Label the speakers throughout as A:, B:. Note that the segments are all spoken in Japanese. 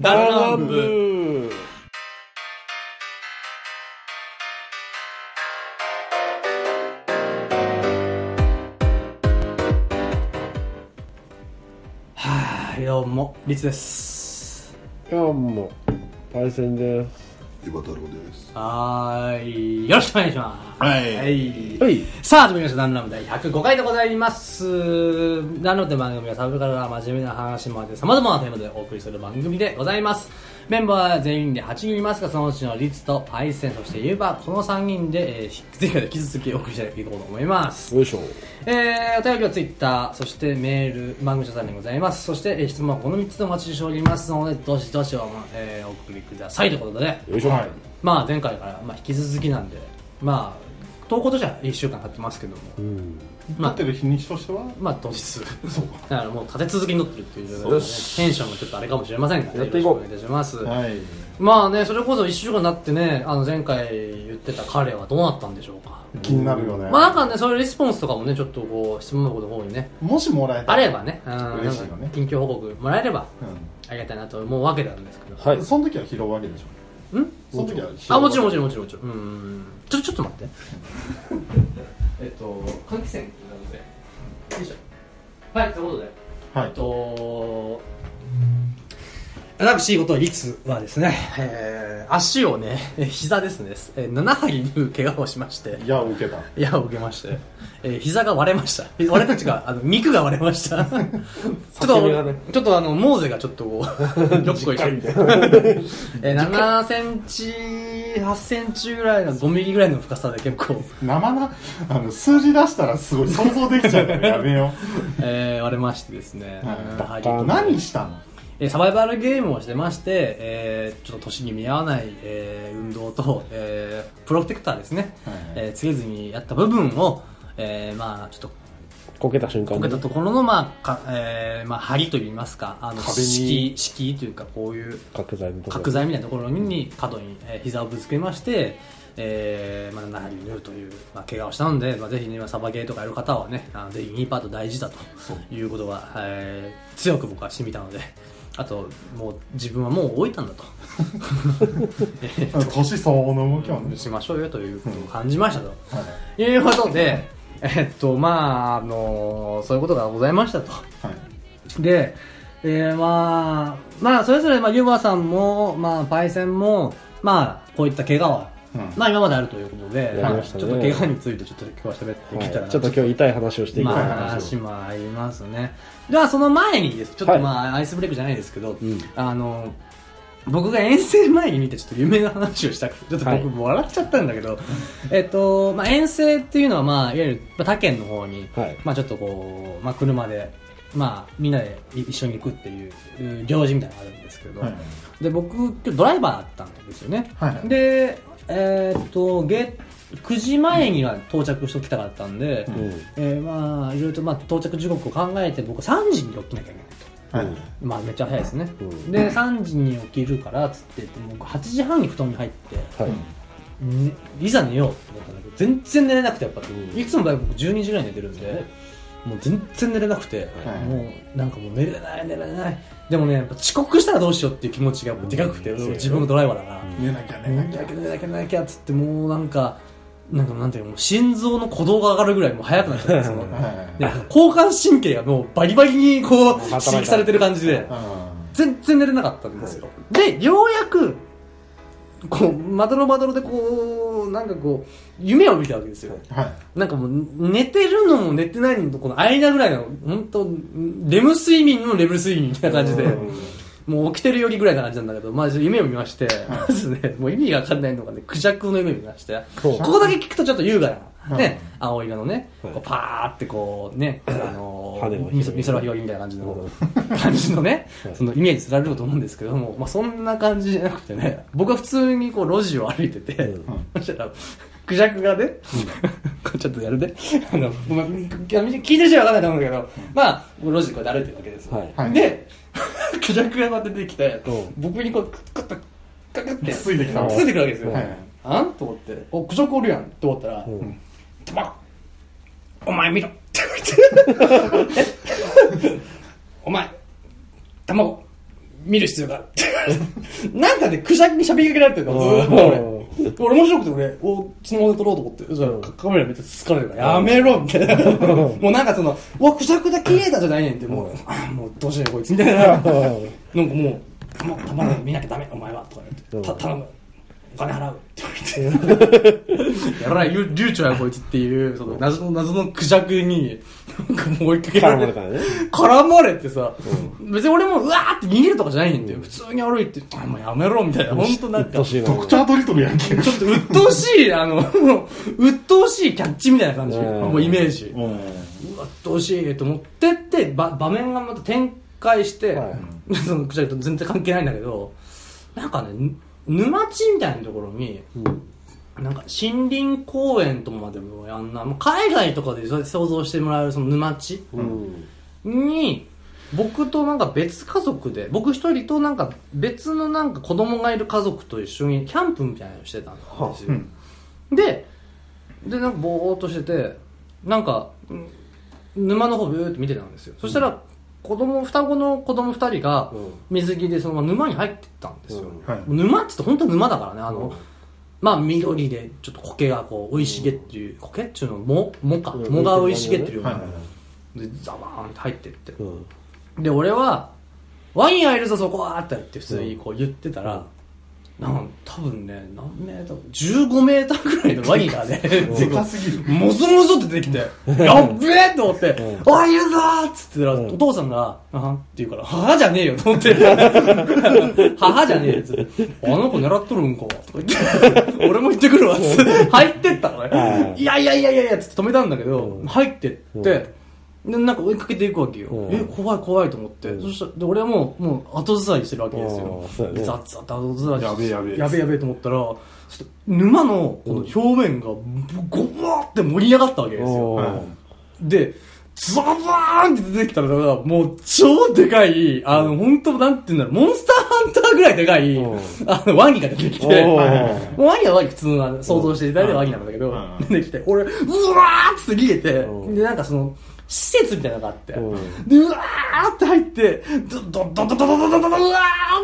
A: ダランブ
B: ブ
A: はいどうもリツです
B: 今日もパイセンです
C: 湯端郎です。
A: はーいよろしくお願いします
C: はい
A: はい
B: はい
A: さあ始まりました「ダンラム」第105回でございますダンラムという番組はサブから真面目な話まで様々なテーマでお送りする番組でございますメンバーは全員で8人いますがそのうちのリツとパイセンそしてユーバーこの3人で、えー前回で引き続きお送りしていこうと思います
B: よいしょ
A: えー、お便りはツイッター、そしてメール、番組詳細欄にございます。そして、えー質問はこの3つでお待ちしておりますので、どしどしお,、えーお送りくださいということで、
B: よいしょ
C: はい
A: まあ前回から、まあ、引き続きなんで、まあ、投稿としては1週間経ってますけども、
B: うん
A: ま
C: 立
A: あ
C: ってる日にちとしては、
A: まあ当日。だからもう立て続けに乗ってるっていう状態なので、
B: よし
A: テンションがちょっとあれかもしれませんが、ね、
B: やっていこ
A: よろしくお
B: う
A: 願いいたします。
C: はい。
A: まあね、それこそ1週間になってね、あの前回言ってた彼はどうなったんでしょうか。
C: 気になるよね。
A: まあなんかね、そういうレスポンスとかもね、ちょっとこう、質問のことの方にね、
C: もしもらえた
A: あ
C: ら
A: ればね、うん
C: 嬉しいよね
A: なんか近況報告もらえれば
C: う
A: ありがたいなと思うわけなんですけど、
B: はい
C: ん。その時は拾うわけでし
A: うん
C: ょ。その時は拾う。
A: あもちろんもちろんもちろんもちろんうんちょちょっと待って えっと換気扇なのでよいしょはいということで
C: ろん。は
A: え
C: い
A: っ。と私こと律はですね、えー、足をねえー膝ですね、えー、7針に怪我をしまして
C: いや、受けた。
A: 矢を受けまして、えー膝が割れましたえ割れたちがあの肉が割れましたちょっ
B: 裂け目が
A: と、
B: ね
A: ちょっとあのモーゼがちょっとこうどっこいしょ えー7センチ8センチぐらいの5ミリぐらいの深さで結構、
C: 生な、あの、数字出したらすごい想像できちゃうからやめよ
A: えー割れましてですね、
C: はい
A: やはり
B: バ
C: う。
B: カ
C: 何したの
A: えーサバイバルゲームをしてまして、えーちょっと年に見合わない、えー運動と、えープロテクターですね、
C: はいはい
A: えーつけずにやった部分を、えーまあちょっと
B: こけた瞬間
A: 溶けたところの、まあかえーまあ、梁といいますかあの
C: 壁に
A: 敷居敷居というかこういう
B: 角材のところ
A: 角材みたいなところに角に、えー膝をぶつけまして、えーまあ、7針縫うという、まあ、怪我をしたので、まあ、ぜひね今サバゲーとかやる方はねあのぜひ2パート大事だということが、えー強く僕は染みたのであともう自分はもう老いたんだと
C: 年相応の動きはね。
A: しましょうよということを感じましたと。
C: はい。
A: ということで、えっと、まあ、あのそういうことがございましたと。
C: はい。
A: で、えーまあ、まあ、それぞれ、まあ、ユーバーさんも、まあ、パイセンも、まあ、こういった怪我は、
C: うん
A: まあ、今まであるということで、
B: やりました
A: ち
B: ね
A: ょっと怪我について、ちょっと今日は喋って
B: は
A: き
B: い
A: たら、
B: ちょっと今日痛い話をしていき
A: ま
B: たい
A: あ、
B: な
A: 話もありますね。では、その前にです。ちょっ
B: は
A: と
B: い
A: まあ、アイスブレイクじゃないですけど、
B: ん
A: あの、僕が遠征前に見てちょっと夢の話をしたくて、ち ょっと
B: はい
A: 僕もう笑っちゃったんだけど、えっと、まあ、遠征っていうのは、まあ、いわゆる、まあ、他県の方に、
B: はい
A: まあ、ちょっとこう、まあ、車で、まあ、みんなで一緒に行くっていううん行事みたいなのがあるんですけど、
C: はい。
A: で僕今日ドライバーだったんですよね、
C: はい
A: でえーっとゲ9時前には到着しておきたかったんで、
B: うん
A: えーまあいろいろと、まあ、到着時刻を考えて僕3時に起きなきゃいけないと
C: はい。
A: まあめっちゃ早いですね、
B: うん
A: で3時に起きるからっつって言って僕8時半に布団に入って、
B: はい
A: ねいざ寝ようと思ったんだけど全然寝れなくてやっぱ、
B: ん
A: いつもだい僕12時ぐらいに寝てるんでもう全然寝れなくて、
C: はい
A: もうなんかもう寝れない寝れないでもねやっぱ遅刻したらどうしようっていう気持ちがもうでかくて、
B: うん
A: 自分のドライバーだから、
C: 寝なきゃ寝
A: 寝
C: な
A: なき
C: き
A: ゃ
C: ゃ。
A: 寝なきゃ寝なきゃっつってもうなんかなんかなんていうのもう心臓の鼓動が上がるぐらいもう速くなっちゃってその
C: はい。
A: で交感神経がもうバリバリにこう刺
B: 働いた
A: 激されてる感じで
C: うん
A: 全然寝れなかったんですよ、でようやくこうまどろまどろでこうなんかこう夢を見たわけですよ
C: はい。
A: なんかもう寝てるのも寝てないのとこの間ぐらいの本当レム睡眠のレベル睡眠みたいな感じでもう起きてるよりぐらいな感じなんだけど、まあ、夢を見まして、まずね、 もう意味がわかんないのがね、クジャクの夢を見まして、
B: ほ
A: こ
B: う
A: こだけ聞くとちょっと優雅
C: う
A: な、
C: ん
A: ね、青色のね、
B: はい
A: こうパーってこうね、あの
B: 羽
A: ー、
B: を広げ
A: みそ、みそら広げみたいな感じの、
B: う
A: 感じのね
B: は、い
A: そのイメージすられると思うんですけども、まあそんな感じじゃなくてね、僕は普通にこう路地を歩いてて
B: うん、
A: そしたら、クジャクがね、ちょっとやるね、あの、ごめん聞いてる人はわかんないと思うんだけど、まあ、こう路地こうやって歩いてるわけですよ。
B: はい
C: はい
A: で、 クジャクが出てきて
B: うん、
A: 僕にこう、クッと、カクって、
C: ついてきた
A: ついてくるわけですよ。
C: はい
A: あんと思って、お、クジャクおるやんと思ったら、
B: うん
A: たまお前見ろって言ってえお前卵見る必要がある。 なんかね、クジャクに喋りかけられてるの、ずーっと俺。俺面白くて俺、お、スマホで撮ろうと思って、じゃあカメラめっちゃ疲れるから、やめろみたい な。もうなんかその、うわ、クジャクだ、綺麗だじゃないねんって、もう、あもうどうしようこいつ、みたいな。なんかもう、もう、たまらない、見なきゃダメ、お前は、とか言って、た、頼む、お金払う、って言われて、 やらない、流流暢やこいつっていう、その、謎の、謎のクジャクに、なんかもう追いかけら
B: 絡ま
A: れ
B: れ
A: て
B: た、らね。
A: 絡まれてさ、別に俺もうわーって逃げるとかじゃないんだよ。普通に歩いて、あ、もうやめろ、みたいな。本当 なんか、
B: 欲しいな。
C: ドクタードリトルやんけ。
A: ちょっと鬱陶しい、あの、鬱陶しいキャッチみたいな感じ。
B: うん
A: もうイメージ。
C: うん。
A: うわ、鬱陶しいと思ってって、ば場面がまた展開して、
B: は
A: そのくちゃと全然関係ないんだけど、なんかね、ぬ沼地みたいなところに、なんか森林公園とまでもやんな、もう海外とかで想像してもらえるその沼地。
B: うん。
A: に僕となんか別家族で僕一人となんか別のなんか子供がいる家族と一緒にキャンプみたいなのしてたんですよ、ででなんかぼーっとしててなんかうん沼の方ビューって見てたんですよそしたら子供双子の子供二人が
B: うん
A: 水着でそのまま沼に入ってったんですよ、
B: うん
C: はい。
A: 沼って言って本当は沼だからねあの、
B: うん
A: まあ緑でちょっと苔がこう生い茂っていう、苔っていうのも藻か
B: うん
A: 藻が生い茂ってるよう
C: はい
A: な
C: はいはい。
A: でザバーンって入ってって
B: うん。
A: で俺は「ワイン入るぞそこは!」って言って普通にこう言ってたら、なん多分ね何メートル15メーターぐらいのワインがね
C: でかすぎる。
A: もぞもぞって出てきて「やっべえ!」と思って
B: うん
A: 「おいいるぞ!」っつってたら、
B: うん
A: お父さんが「あはん」って言うから「母じゃねえよ」と思 って「母じゃねえよ」っつって「あの子狙っとるんか」とか言って「 俺も行ってくるわ」っつって入ってったのね「
B: う
A: いやいやいやいやいや」っつって止めたんだけど、
B: うん
A: 入ってって、
B: うん
A: でなんか追いかけていくわけよ、
B: うん
A: え怖い怖いと思って、
B: うん
A: そしたらで俺はもうもう後ずさりしてるわけですよ
B: あーそうだね
A: ザッザッと後ずさりして
C: やべえやべえ
A: やべえやべえと思ったらちょっと沼のこの表面がゴワーって盛り上がったわけですよ
B: お
C: は
B: ー
A: で、ザバーンって出てきたのが、もう超でかい、あの、本当なんて言うんだろう、モンスターハンターぐらいでかい
B: うん、
A: あの、ワニが出てきて、
B: お
A: も
C: はいは
B: ー
C: い。
A: うワニはワニ普通のあの想像していただいてワニなんだけど
C: う、ん
A: 出てきて、俺、うわーって逃げて、
B: うん
A: で、なんかその、施設みたいなのがあって、
B: うん
A: で、うわーって入って、ど、ど、ど、ど、ど、ど、ど、ど、ど、うわー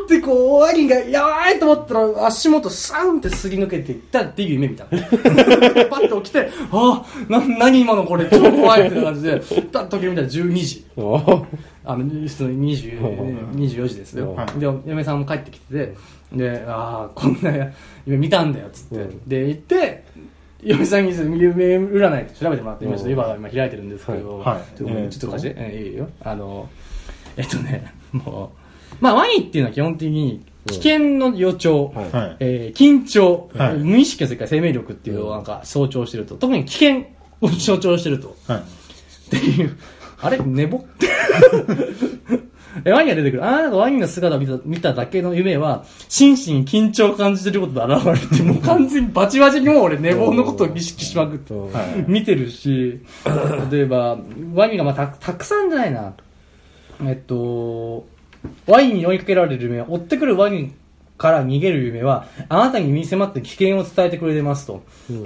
A: ってこう、ワニが、やばいと思ったら、足元サンってすり抜けていったっていう夢見たの。 パッと起きて、ああ、な、何今のこれ、超怖いってな感じで、パッと起きてみたら12時。
B: おー
A: あの、普通に20 24時ですよ
B: は。
A: で、嫁さんも帰ってきてて、で、ああ、こんな夢見たんだよ、つって。
B: うん
A: で、行って、嫁さんに夢占いって調べてもらって、今ちょっ
B: う
A: と
B: ん
A: 今今開いてるんですけど、
C: はいはい
A: ちょっとごめん
C: えー
A: ちょっと貸して、えーいいよ。あの、えっとね、もう、まあ、ワニっていうのは基本的に危険の予兆。
B: はい
C: はい。
A: えー緊張、
C: はい
A: 無意識の世界生命力っていうのをなんか象徴してると特に危険を象徴してると
C: はい。
A: っていう。あれ寝ぼって。 え、ワニが出てくる。あなたがワニの姿を見た見ただけの夢は、心身緊張を感じてることで現れて、もう完全にバチバチにもう俺寝坊のことを意識しまくって、
B: うん
C: はい
A: 見てるし、例えば、ワニがまあたたくさんじゃないな。えっと、ワニに追いかけられる夢は、追ってくるワニから逃げる夢は、あなたに身に迫って危険を伝えてくれてますと。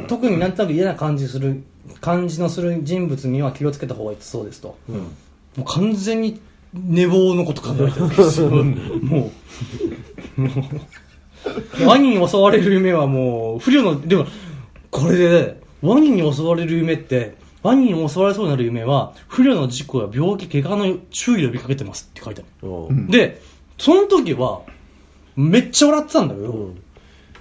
A: 特になんとなく嫌な感じする、感じのする人物には気をつけた方がいいそうですと。
C: うん。
A: もう完全に寝坊のこと考えてるんですよ。もう。もう。ワニに襲われる夢はもう、不慮の、でも、これで、ワニに襲われる夢って、ワニに襲われそうになる夢は、不慮の事故や病気、怪我の注意を呼びかけてますって書いてある。
B: お
C: ん
B: ー
A: で、その時は、めっちゃ笑ってたんだけど、
B: うん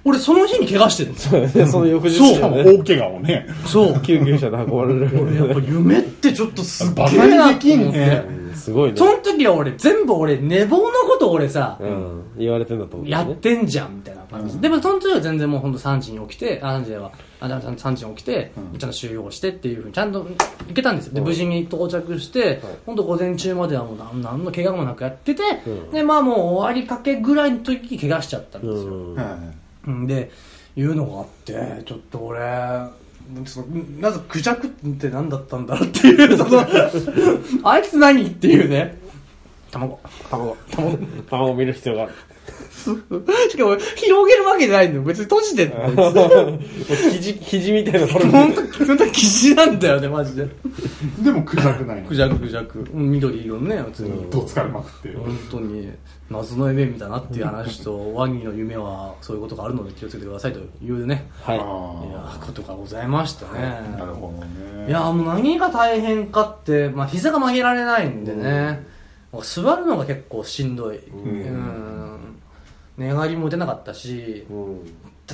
A: 俺その日に怪我してるんですよ。
B: その翌日
A: そう
C: しかも
B: ね
C: 大怪我をね。
A: そう。
B: 救急車で運ばれ
A: 俺やっぱ
B: る。
A: 夢ってちょっとすっげ
C: バ
A: えな
C: カにで
A: と
C: き
A: 思
C: ん
A: って
C: ね。。
B: すごいね
A: そ。の時は俺、全部俺、寝坊のこと俺さ、
B: うん。言われてんだと思うね。
A: やってんじゃんみたいな感じで、でもその時は全然もうほんと3時に起きて、あ、3時では、あ、だ3時に起きて、ちゃんと終業してっていうふうに、ちゃんと行けたんですよ。で、無事に到着して、ほんと午前中まではもうなんなんの怪我もなくやってて、
B: うん
A: で、まあもう終わりかけぐらいの時に怪我しちゃったんです
B: う
A: よ。
B: ん。
C: はい。
A: うんでいうのがあってちょっと俺そのなぜクジャクって何だったんだろうっていうそのあいつ何っていうね卵卵卵
B: 卵を見る必要がある。
D: しかも、広げるわけじゃないのよ。別に閉じてんの。
B: ひじ、ひじみたいなフォル ム。
D: 本当にキジなんだよね、マジで。
C: でもクジャクないの
D: クジャククジャク。うん緑色のね、普通に。
C: どつかれまくってる
A: 本当に謎の夢見たなっていう話とワニの夢はそういうことがあるので気をつけてくださいというね
B: はい。
A: いや
C: あ
A: ーことがございましたね、
C: あなるほどね
A: いやーもう何が大変かって、まあ、膝が曲げられないんでね、座るのが結構しんどい、うん寝返りも打てなかったし
B: うん。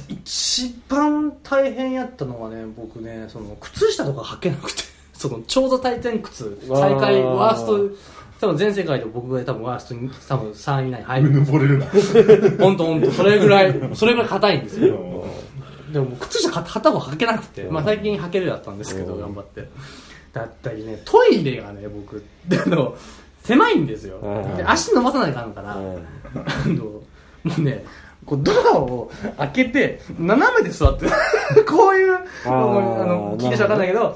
A: 一番大変やったのがね僕ねその靴下とか履けなくて その長座体前靴
B: わー
A: 最下位ワースト多分全世界で僕が多分ワーストに多分3位以内に入
C: う
A: る
C: ぬぼれるな
A: 本当本当それぐらいそれぐらい硬いんですよ
C: う
A: でももう靴下片方履けなくて、まあ、最近履けるようになったんですけど頑張ってだったりねトイレがね僕 あの狭いんですよ
B: うん
A: で足伸ばさないかんからあ
B: うん
A: のもうね
D: こうドアを開けて、斜めで座ってる。 こういう、あ
B: あー
D: の、聞いてしわかんないけど、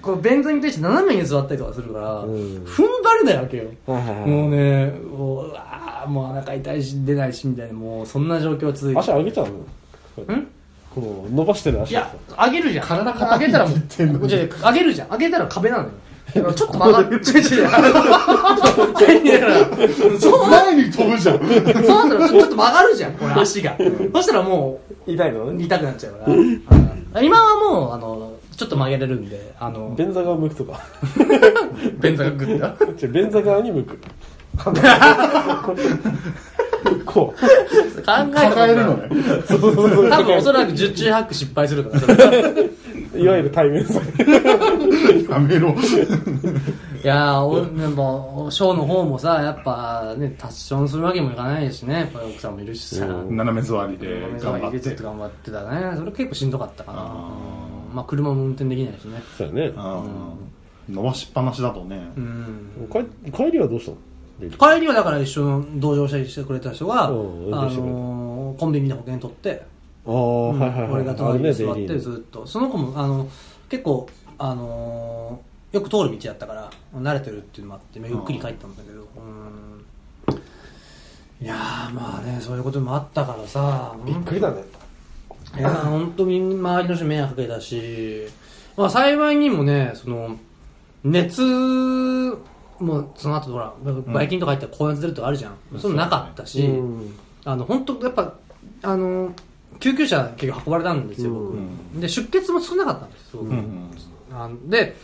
A: こう便座に対して斜めに座ったりとかするから、
B: うん
A: 踏ん張れないわけよ
B: はいはいはい
A: もうねもううわーもうお腹痛いし出ないしみたいなもうそんな状況続いて
B: 足上げちゃうのこう、伸ばしてる足。
A: いや、上げるじゃん。体から上げたらも
C: てんの
A: う、
C: に
A: じゃあ上げるじゃん。上げたら壁なのよ。ちょっと曲 がる。違う違う。だから、そうな、
C: 前に飛ぶじゃ
A: そ
C: ん
A: うなったらちょっと曲がるじゃん、これ足が。そしたらも
B: 痛いの
A: う、
B: ね。
A: 痛くなっちゃうから。今はもう、あの、ちょっと曲げれるんで、あの、
B: 便座側向くとか。
A: 便座がグッだ。
B: じゃあ便座側に向 く。こう。
A: 考えたことない
C: 抱えるのね
B: そうそうそう
A: 多分おそらく十中八九失敗するから、それ はい
B: わゆる対面さ。
C: やめろ
A: いやー、おでも、ショーの方もさ、やっぱね、タッションするわけにもいかないしね、やっぱり奥さんもいるしさ。
B: うん
C: 斜め座りで頑張っ
A: ちょってと頑張ってたねそれ結構しんどかったかな
C: あ
A: うんまあ車も運転できないしね
B: そうやね。
C: うん伸ばしっぱなしだとね
A: うん
B: 帰帰りはどうしたの
A: 帰りはだから一緒の同乗してくれた人が、あ
B: うん運
A: の
B: 転してくれた
A: ーコンビニで保険取って、
B: ああ、
A: うん
B: はいはいはい。
A: 俺が隣に座っ
B: あれね
A: て
B: デイリ
A: ず
B: ー
A: っとその子もあの結構、あのーよく通る道やったから慣れてるっていうのもあってまあゆっくり帰ったんだけどうんいやーまあねそういうこともあったからさ
B: びっくりだね。
A: いやー本当に周りの人迷惑かけたし、まあ、幸いにもねその熱もうその後ほらバイキンとか入ったら高熱出るとかあるじゃん、そんなのなかったし、
B: うん
A: あの本当やっぱあの救急車結局運ばれたんですよ、
B: うん
A: 僕で出血も少なかったんですすごく、
C: うん
A: あので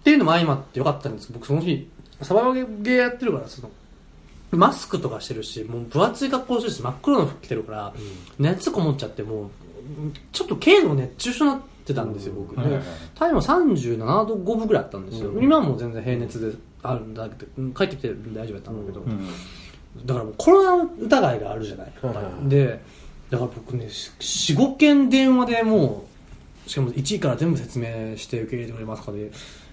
A: っていうのも相まってよかったんですけど僕その日サバゲーやってるからそのマスクとかしてるしもう分厚い格好してるし真っ黒の服着てるから、熱こもっちゃってもうちょっと軽度の熱中症になってたんですよ、僕
C: はいはいはい
A: 体温37度5分ぐらいあったんですよ、
B: うん
A: 今はもう全然平熱であるんだけどうん帰ってきてるんで大丈夫だったんだけど、
C: うん
A: だからもうコロナ疑いがあるじゃない、
B: はいはい
A: でだから僕ね45件電話でもうしかも1位から全部説明して受け入れてくれますかで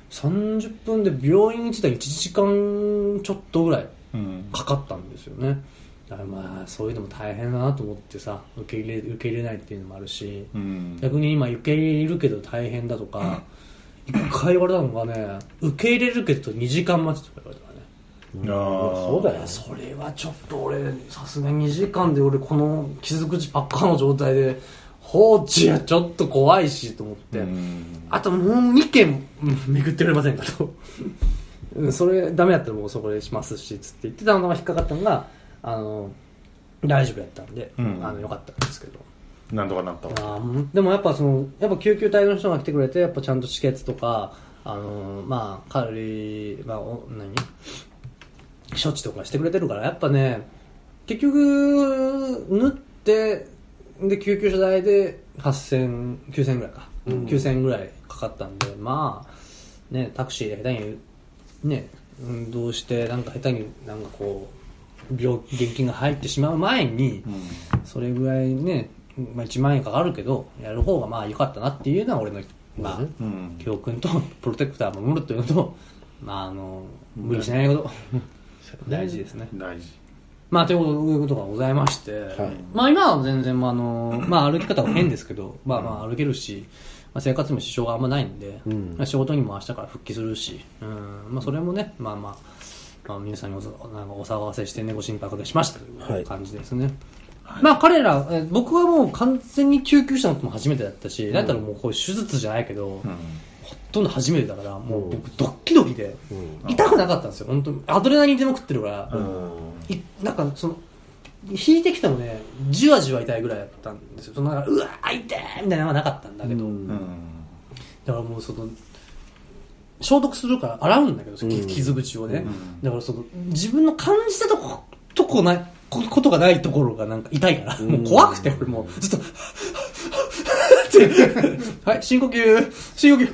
A: 30分で病院自体1時間ちょっとぐらい
C: うん
A: かかったんですよねだからまあそういうのも大変だなと思ってさ受け入れ受け入れないっていうのもあるし
C: うん
A: 逆に今受け入れるけど大変だと か一回言われたのがね受け入れるけど2時間待ちとか言われたからね
C: いやー
B: そうだよ。
A: それはちょっと俺さすがに2時間で俺この傷口ばっかの状態で放置はちょっと怖いしと思って、
C: うん
A: あともう2件うん巡ってくれませんかとうんそれダメだったらもうそこでしますしつって言ってたのが引っかかったのがあの大丈夫やったんで、
C: うん
A: あのよかったんですけど
C: なんとかなったわ
A: あーでもやっぱそのやっぱ救急隊の人が来てくれてやっぱちゃんと止血とかあのーまあ軽い、まあ、お何処置とかしてくれてるからやっぱね結局縫ってで救急車代で8000 9000ぐらいか、9000ぐらいかかったんでまあねタクシーで下手にね運動してなんか下手になんかこう病現金が入ってしまう前に、それぐらいね、まあ、1万円かかるけどやる方がまあ良かったなっていうのは俺の、まあ、
C: うん
A: 教訓と プロテクターを守るというのと、まあ、あの無理しないこと 大事ですね。
C: 大事
A: まあ、ということがございまして、まあ今は全然、まああ のまあ、歩き方は変ですけど、まあ、まあ歩けるし、まあ、生活にも支障があんまないんで、
B: うん
A: まあ仕事にも明日から復帰するし、うんまあ、それもね、まあまあ、まあ、皆さんにおそなんかお騒がせしてねご心配おかけしましたと
B: はいいう
A: 感じですね、まあ彼ら、え僕はもう完全に救急車乗っても初めてだったし、だったらもうこういう手術じゃないけど、ほとんど初めてだから、もう僕ドッキドキで、痛くなかったんですよ、本当にアドレナリンでも食ってるから、いなんかその引いてきてもねじわじわ痛いぐらいだったんですよそのなんかうわー痛いみたいなのはなかったんだけど、
C: う
A: だ
C: ん
A: からもうその消毒するから洗うんだけど、き傷口をね、
C: ん
A: だからその自分の感じたとことこないこことがないところがなんか痛いから、もう怖くて俺もうずっとってはい深呼吸深呼吸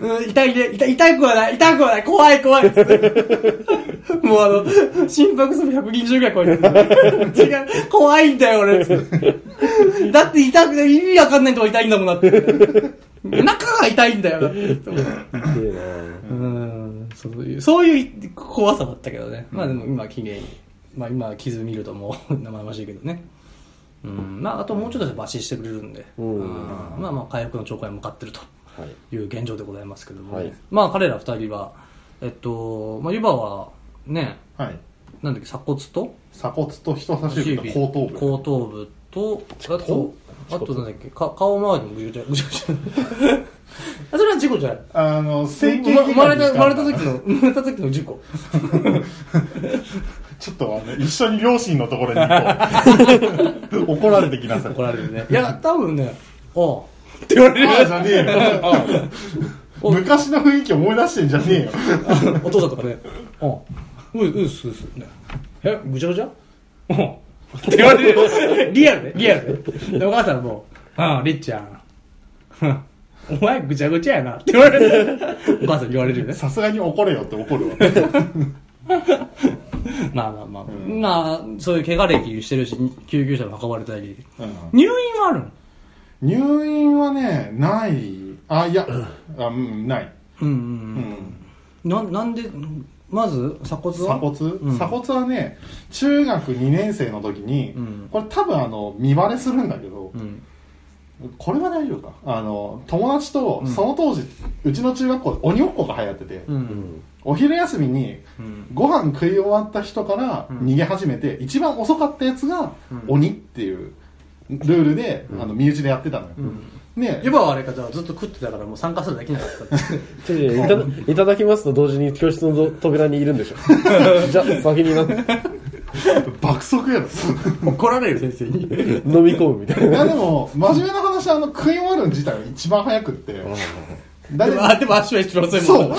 A: うん痛いね痛い痛くはない痛くはない怖い怖いっ つってもうあの、心拍数も120ぐらい超えてる。違う、怖いんだよ俺。つってだって痛くて意味わかんないとこ痛いんだもんなって。中が痛いんだよだって。
B: いいな
A: うんそういう、そういう怖さだったけどね。まあでも今は綺麗に。まあ今は傷見るともう 生々しいけどね。うん、まああともうちょっとで抜歯してくれるんで。
B: うん
A: うんまあまあ回復の兆候に向かってると。
B: はい
A: いう現状でございますけども、
B: はい
A: まあ彼ら二人は、えっと、まあ、湯葉はね、
C: はい
A: なんだっけ、鎖骨と
C: 鎖骨と人差し指と後頭部
A: 後頭部と、あと、あとなんだっけ、か顔周りもぐちゃぐちゃぐちゃ。 あそれは事故じゃない。
C: あの整形
A: 生まれた、生まれた
C: 時
A: 時の、 生まれた時の事故。
C: ちょっとあの一緒に両親のところに行こう怒られてきなさい
A: 怒られるね。いや、多分ね、あ
C: ああじゃねえよ
A: お
C: 昔の雰囲気思い出してんじゃねえよ
A: あ、お父さんとかね、ああ、ういうっす、うっす、ね、え、ぐちゃぐちゃうん。って言われる。リアルね、リアルね。で、お母さんも、ああ、りっちゃん。 うんお前ぐちゃぐちゃやなって言われる。お母さんに言われるよね。
C: さすがに怒れよって怒るわ
A: まあまあまあ。まあ、そういう怪我歴してるし、救急車も運ばれたり。
C: うん
A: 入院はあるの
C: 入院はねないあいやあうんない
A: うん
C: う
A: うん
C: ん
A: うん。な、なんで、まず、鎖骨は
C: 鎖骨、鎖骨はね中学2年生の時に、
A: うん
C: これ多分あの見バレするんだけど、
A: うん。
C: これは大丈夫かあの友達とその当時、うちの中学校で鬼ごっこが流行ってて、
A: うん。
C: お昼休みに
A: うん。
C: ご飯食い終わった人から
A: ん
C: 逃げ始めて、一番遅かったやつが
A: うん
C: 鬼っていうルールで、あの身内でやってたのよ、ね
A: 湯葉はあれか、じゃあずっと食ってたからもう参加するだけなかったって。
B: ちょいやいたいただきますと同時に教室のど扉にいるんで しょじゃあ先にな
C: 爆速やろ
A: 怒られる先生 に。
B: 飲み込むみたい
C: い
B: な
C: やでも真面目な話あの食い終わるの自体が一番早くってだい
A: でも、あ、でも足は一番遅いも
C: そ
A: ん
C: う。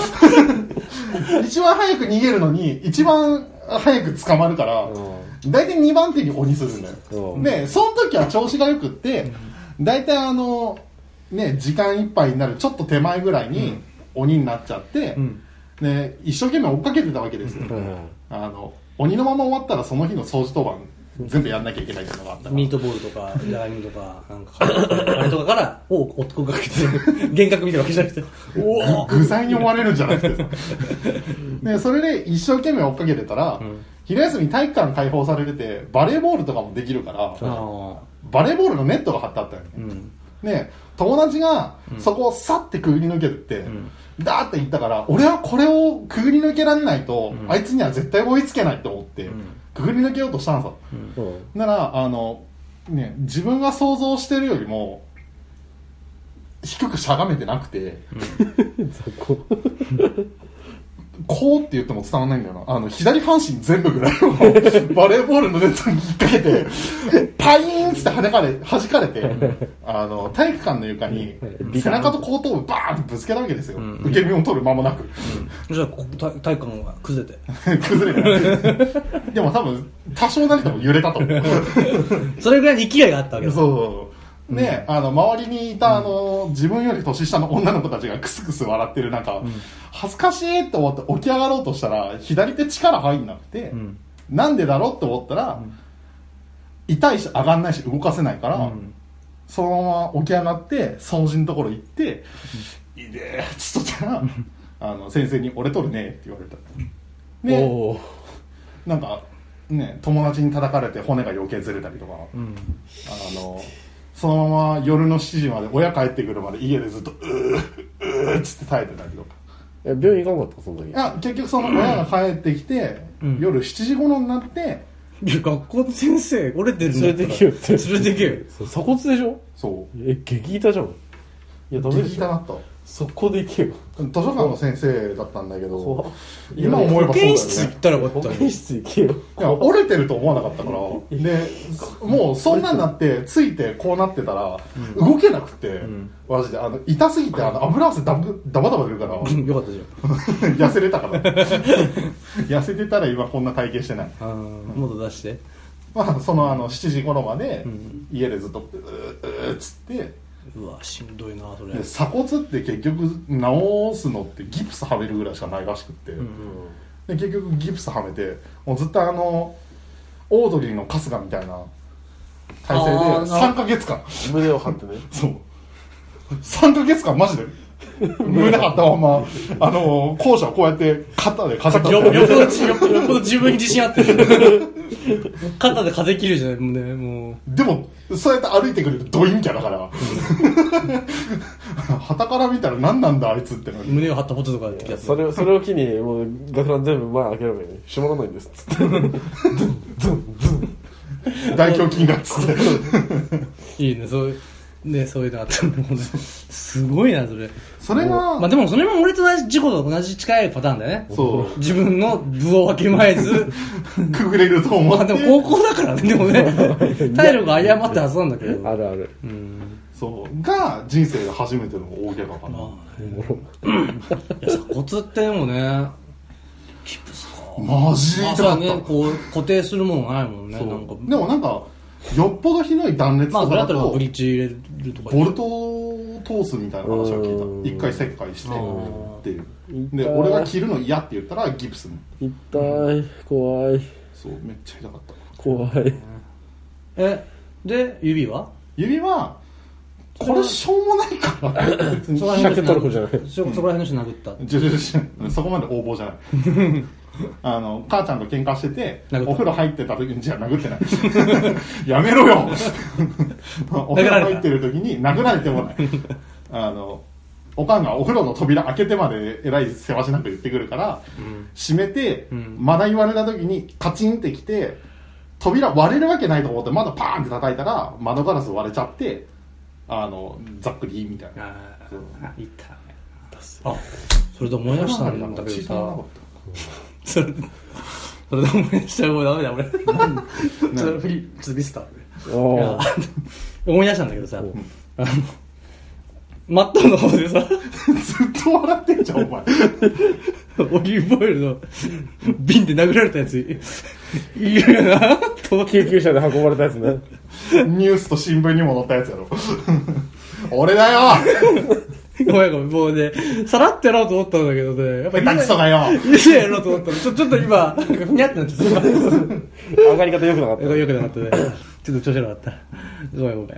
C: 一番早く逃げるのに、一番早く捕まるから、大体2番手に鬼するんだ
B: う
C: よ。
B: ん
C: で、その時は調子が良くって、大体あの、ね、時間いっぱいになるちょっと手前ぐらいに鬼になっちゃって、
A: ん
C: ね、一生懸命追っかけてたわけですよ。あの、鬼のまま終わったらその日の掃除当番全部やんなきゃいけないっていうのがあったから
A: ミートボールとか、じゃがいもとか、なんか、あれとかから、おう、男がかけて、幻覚見てるわけじゃなくて、おお
C: 具材に追われるんじゃなく てさでそれで一生懸命追っかけてたら、昼休み体育館開放されててバレーボールとかもできるから、
A: あ
C: バレーボールのネットが張ってあったよね、
A: ーうん。
C: で友達がそこをさってくぐり抜けてって、ダーって行ったから俺はこれをくぐり抜けられないと、あいつには絶対追いつけないと思って、くぐり抜けようとしたのさ、
B: うん
C: ならあの、ね、自分が想像してるよりも低くしゃがめてなくて、
B: 雑魚
C: こうって言っても伝わんないんだよな。あの、左半身全部ぐらいを バレーボールのネットに引っ掛けて、パイーンっつって跳ねかれ、弾かれて、あの、体育館の床に
B: ビ
C: 背
B: ターン
C: 中と後頭部バーンってぶつけたわけですよ。受け身も取る間もなく。
A: じゃあ、こ体体育館が崩れて。
C: 崩れない。でも多分、多少なりとも揺れたと思う。
A: それぐらいに勢いがあったわけ
C: そう
A: だ。
C: そうそう。ね、あの、周りにいた、あの、自分より年下の女の子たちがクスクス笑ってる中、恥ずかしいと思って起き上がろうとしたら、左手力入んなくて、
A: ん
C: なんでだろうって思ったら、痛いし上がんないし動かせないから、
A: ん
C: そのまま起き上がって、掃除のところ行って、いいでーっつっとったら、あの、先生に俺取るねって言われた。で、
B: おー
C: なんか、ね、友達に叩かれて骨が余計ずれたりとか、
A: うん。
C: あのそのまま夜の7時まで親帰ってくるまで家でずっと「うーうー」っつって耐えてたけど
B: え病院行かなかったその時
C: いや結局その親が帰ってきて、夜7時頃になって
A: いや学校の先生折れてるんだ
B: 連れてきよって
A: 連れてけよ
B: そ鎖骨でしょ
C: そう
B: え激痛じゃんいやダメで
C: 激
B: し
C: だ
B: ょ
C: なと
B: 速攻で行けよ
C: 図書館の先生だったんだけ
B: 怖っ
C: ど今思えば
A: 保
C: そうだ
A: 健室
C: よ
A: 行
C: ね
A: ったらよか
B: 保
A: ったの
B: 健
A: に
B: 室行けよ
C: いや折れてると思わなかったからでもうそんなんなってついてこうなってたら、動けなくて、マジであの痛すぎてあの油汗ダブダバダバ出る から
A: うんよかったじゃ
C: 痩せれたから痩せてたら今こんな体型してない
A: んあーもっと出して
C: まあそのあの7時頃まで家でずっとうーっつって
A: うわしんどいなそれ
C: で鎖骨って結局治すのってギプスはめるぐらいしかないらしくって、で結局ギプスはめてもうずっとあのオードリーの春日みたいな体
A: あー
C: 勢で
A: なる
C: 3ヶ月間
B: 胸を張ってね
C: そう3ヶ月間マジで胸張ったままあの校舎をこうやって肩で風
A: よ
C: 邪
A: よっぽどじよっぽどよっぽど自分に自信あってる肩で風切るじゃないもうねもう
C: でもそうやって歩いてくれるドインキャだから はたから見たら何なんだあいつ ってなる
A: 胸を張ったポテトとかってやつ
B: それをそれを機にもう学ラン全部前開ければいいね閉まらないんですっつって
C: 大胸筋がっつって
A: いいねそういうねそういうのあったのもねすごいなそれ
C: それが、
A: まあでもそれも俺と同じ事故と同じ近いパターンだよね
C: そう
A: 自分の部をわきまえ ず
C: くぐれると思
A: まあ
C: っ
A: で
C: て、
A: も高校だからねでも ね体力誤ってはずなんだけど
B: あるある
C: そうが人生で初めての大怪我かな、
A: いや鎖骨ってでもね
C: マジで
A: まあ
C: 痛
A: そう
C: か
A: だ
C: った、
A: ねこう固定するものないもんね
C: そう
A: なんか
C: でもなんかよっぽどひどい断裂
A: まあ
C: と
A: そ
C: か
A: れだっ
C: だ
A: たら
C: と、
A: ブリッジ入れるとか
C: ボルトを通すみたいな話を
B: うん
C: 聞いた一回切開してっていう
B: うん
C: で俺が切るの嫌って言ったらギプスに
B: 痛い怖い
C: そうめっちゃ痛かった
B: 怖い
A: えで指は
C: 指はこれしょうもない から別に
A: そこら辺の人
B: シャケトルコじゃない
A: そそこら辺の人殴った
C: じゃじゃじゃそこまで横暴じゃない あの母ちゃんと喧嘩してて
A: 殴った
C: お風呂入ってた時にじゃあ殴ってない やめ ろよお風呂入ってる時に殴られてもないあのおかんがお風呂の扉開けてまでえらいせわしなく言ってくるから、閉めて、まだ言われた時にカチンってきて扉割れるわけないと思ってまだパーンって叩いたら窓ガラス割れちゃってあのざっくりみたいな
A: あ
C: そう
A: あいたあそれで思い出したんだけど
C: 血がなか
A: さ
C: った
A: それそれで思い出したらもうダメだ俺ちょっとフリちょっとミスった
B: お
A: いや
B: ー
A: 思い出したんだけどさあのマットの方でさ
C: ずっと笑ってんじゃん、お前。
A: オリーブオイルの瓶で殴られたやついるよなと思って
B: 救急車で運ばれたやつね
C: ニュースと新聞にも載ったやつやろ。 俺だよ
A: ごめんごめんもうねさらってやろうと思ったんだけどねやっぱり
C: 下手くそがよ
A: い ややろうと思ったのちょちょっと今なんかふにゃってなっ ちゃった
B: 上がり方良くなかった
A: よくなかったね。ちょっと調子なかった。ごめんご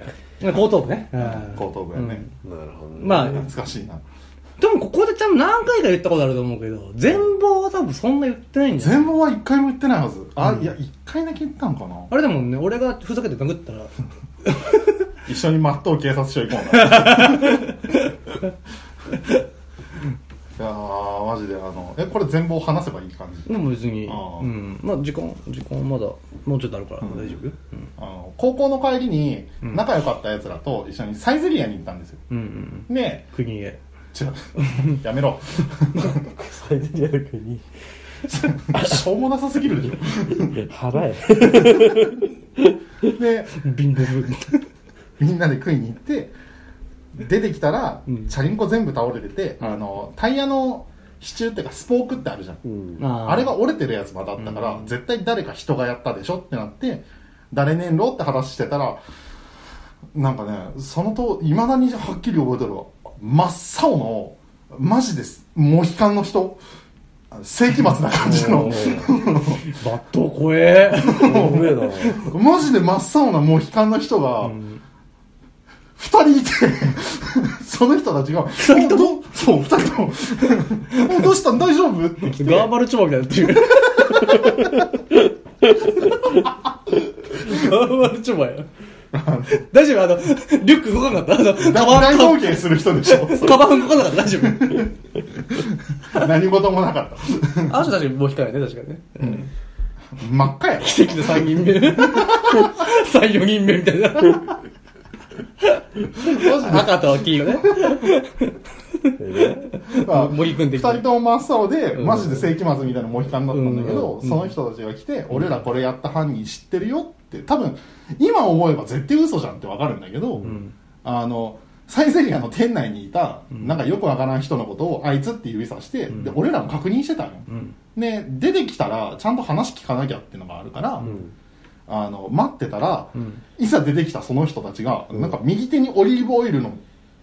A: めん。後頭部ね。
C: 後頭部やね。
B: なるほど
A: まあ、
C: 懐かしいな。
A: でもここで多分何回か言ったことあると思うけど、全貌は多分そんな言ってないんじゃない
C: 全貌は一回も言ってないはず。あ、いや、一回だけ言ったんかな。
A: あれでもんね、俺がふざけて殴ったら、
C: 一緒に真っ当警察署行こうな。いやー、マジで、あの、え、これ全貌話せばいい感じ。
A: でも別に、
C: あー
A: うん。まあ時間、時間まだ、もうちょっとあるから、大丈夫うん
C: あの、高校の帰りに、仲良かった奴らと一緒にサイゼリアに行ったんですよ。
A: うんうん。
C: ね
A: 国へ。
C: 違う。やめ ろ。
B: サイゼリアの国
C: しょうもなさすぎるでしょ。
B: 払え
C: で、
A: 貧乏
C: みんなで食いに行って出てきたら、チャリンコ全部倒れてて、あのタイヤの支柱っていうかスポークってあるじゃん、
B: うん
A: あ
C: あれが折れてるやつまだあったから、絶対誰か人がやったでしょってなって誰ねんろって話してたらなんかねそのといまだにはっきり覚えてるわ真っ青のマジですモヒカンの人あの世紀末な感じの
A: バット怖え。
B: おめえな
C: マジで真っ青なモヒカンの人が、二人いて、 その人たちが、二人ともそう、二人とも、 おどうしたん大丈夫って来て、
A: ガーバルチョバみたいに なってる。ガーバルチョバ や。大丈夫あの、リュック動かなかったあの、カ
C: だ
A: バン、
C: 大冒険する人でしょ。
A: カバン動かなかった大丈夫
C: 何事もなかった。
A: あの人確かにもう光るね、確かにね。
C: 真っ赤やろ。
A: 奇跡の3人目。3、4人目み たいな。赤と黄色ね。
C: あ
A: 森君
C: 二
A: 的に
C: 人とも真っ青で、マジで世紀末みたいなモヒカンだったんだけど、その人たちが来て、俺らこれやった犯人知ってるよって、多分、今思えば絶対嘘じゃんってわかるんだけど、あの、サイゼリアの店内にいた、なんかよくわからん人のことをあいつって指さして、で、俺らも確認してたのよ。で、出てきたら、ちゃんと話聞かなきゃっていうのがあるから、あの待ってたら、いざ出てきたその人たちが、なんか右手にオリーブオイルの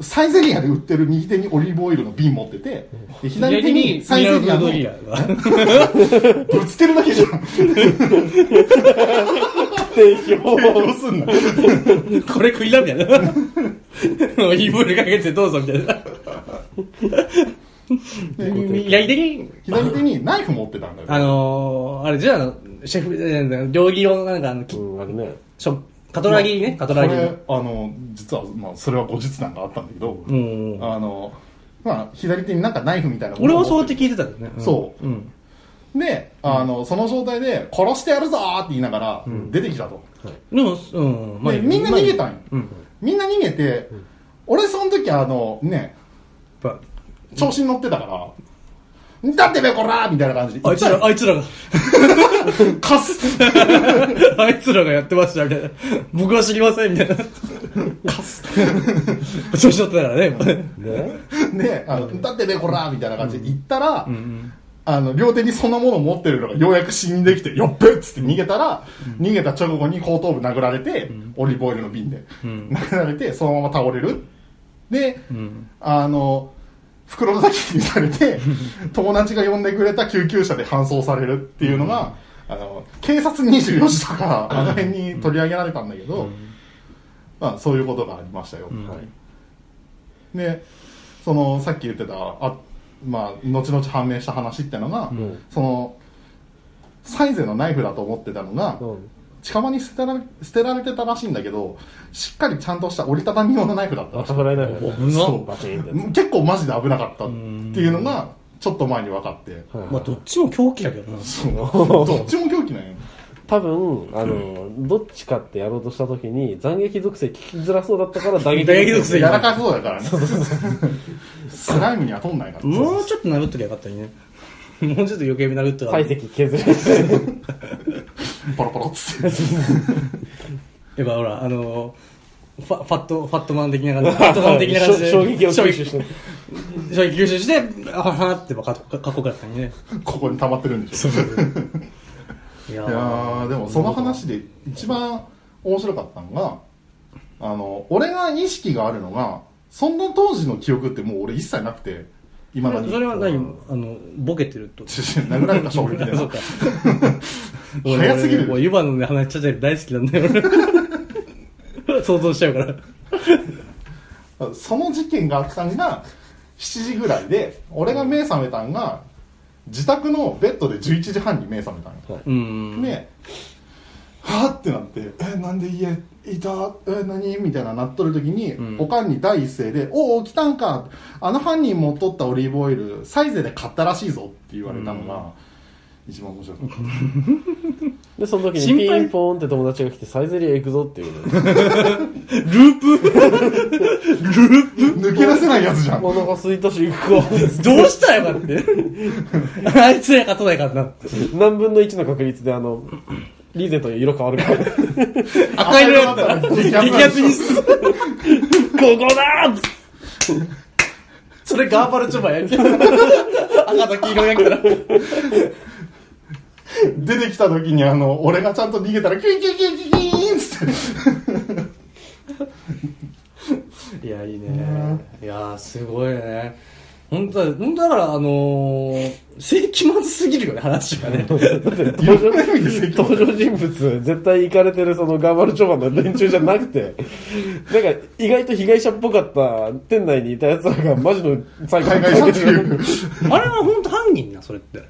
C: サイゼリアで売ってる右手にオリーブオイルの瓶持ってて、で左手にサイゼリアの
A: ミラクルドリアが
C: ぶつけるだけじゃん
B: 提供。
C: どうすんの
A: これ食いなみたいな。オリーブオイルかけてどうぞみたいな。 左手に、
C: 左手にナイフ持ってたんだよ、
A: あのー、あれじゃあ、シェフ、えー料理用のなんかあの、き
B: うん、あれね。
A: しょカトラギね、カトラギ
C: こ。れあの実は、まあ、それは後日談があったんだけど、
A: うん。
C: あのまあ、左手になんかナイフみたいなも
A: 俺
C: のを
A: はそうや
C: 持っ
A: って
C: て
A: 聞いてたんだよね。
C: そう
A: うん。
C: であのその状態で「殺してやるぞ!」って言いながら出てきたと、
A: でも、うん。
C: でみんな逃げたんよ、
A: うん。
C: みんな逃げて、俺その時あのね
A: ば
C: 調子に乗ってたから「だってべこら!」みたいな感じで
A: あいつら、あいつらが、
C: かす
A: あいつらが やってました、みたいな。僕は知りません、みたいな。カス。 調子乗ってたからね。
B: ね
C: であのだってべこら!」みたいな感じで行ったら、あの両手にそんなものを持ってるのがようやく死んできて「よっべ!」っつって逃げたら、逃げた直後に後頭部殴られて、オリーブオイルの瓶で、殴られてそのまま倒れるで、あの袋叩きにされて友達が呼んでくれた救急車で搬送されるっていうのが、あの警察24時とかあの辺に取り上げられたんだけど、まあ、そういうことがありましたよ、はいでそのさっき言ってたあ、まあ、後々判明した話ってのが、そのサイゼのナイフだと思ってたのが、
B: うん。
C: 近場に捨てられ捨てられてたらしいんだけどしっかりちゃんとした折りたたみ用のナイフだったらしい
B: 朝からいないから
A: 危な
B: バチンってや
C: 結構マジで危なかったっていうのがちょっと前に分かって
B: つ。はい
A: まあ、どっちも狂気だけどな。
C: どっちも狂気なんや
B: 多分、あの、どっちかってやろうとしたときに、斬撃属性聞きづらそうだっ たから、打撃
A: 打撃属性
C: 柔らかそうだからねスライムにはとんないから
A: もうちょっと殴っときゃよかったのにね。もうちょっと余計に殴っとか
B: 体積削れ て。
C: ポロポロっつって
A: やっぱほら、あのー、ファファット、ファットマン的な感 じで、ファットマン的な感じで、
B: 衝撃を吸収
A: 衝
B: して。
A: 撃衝撃吸収して、あははってばかっこかっこよかったのにね。
C: ここに溜まってるんでしょ
A: いや
C: いやーでもその話で一番面白かったのがあの俺が意識があるのがそんな当時の記憶ってもう俺一切なくていまだに
A: それは何あの、ボケてるってこと
C: 殴られた衝撃で
A: あそうか。
C: 早すぎ
A: 俺もう
C: る
A: 湯葉のね、話しちゃってる大好きなんだよ、俺。想像しちゃうから。
C: その事件があったんが7時ぐらいで俺が目覚めたんが自宅のベッドで11時半に目覚めたんよ
A: うん。
C: ねはあってなって「えなんで家いたえ何?」みたいななっとる時に、おかんに第一声で「おお来たんかあの犯人持っとったオリーブオイルサイゼで買ったらしいぞ」って言われたのが、一番面白かった
B: で、その時に
A: 心
B: ピ
A: 配
B: ンポーンって友達が来て、サイゼリア行くぞっていうね。
A: ループ
C: 抜け出せないやつじゃん
B: お腹空いたし、行く わ。
A: どうしたらよかったあいつら勝たないからな。
B: 何分の1の確率で、あの、リーゼントの色変わるから。こ
A: 赤色やったら、
C: 赤
A: 激
C: 色だったら
A: アツにする。
B: こだー
A: それガーバルチョバやんけ。赤と黄色やから。
C: 出てきた時にあの俺がちゃんと逃げたらキュンキュンキュンキュンキュンっつって
A: いや、いいね。いや、すごいね。本当だ、本当だから、あのー、世紀末すぎるよね、話がね。
C: いろんな意味で説教
B: 登場人物、絶対行かれてるそのガーバルチョバの連中じゃなくて、なんか意外と被害者っぽかった店内にいた奴らがマジの最
C: 海外者っていう
A: あれは本当犯人な、それって。
C: ん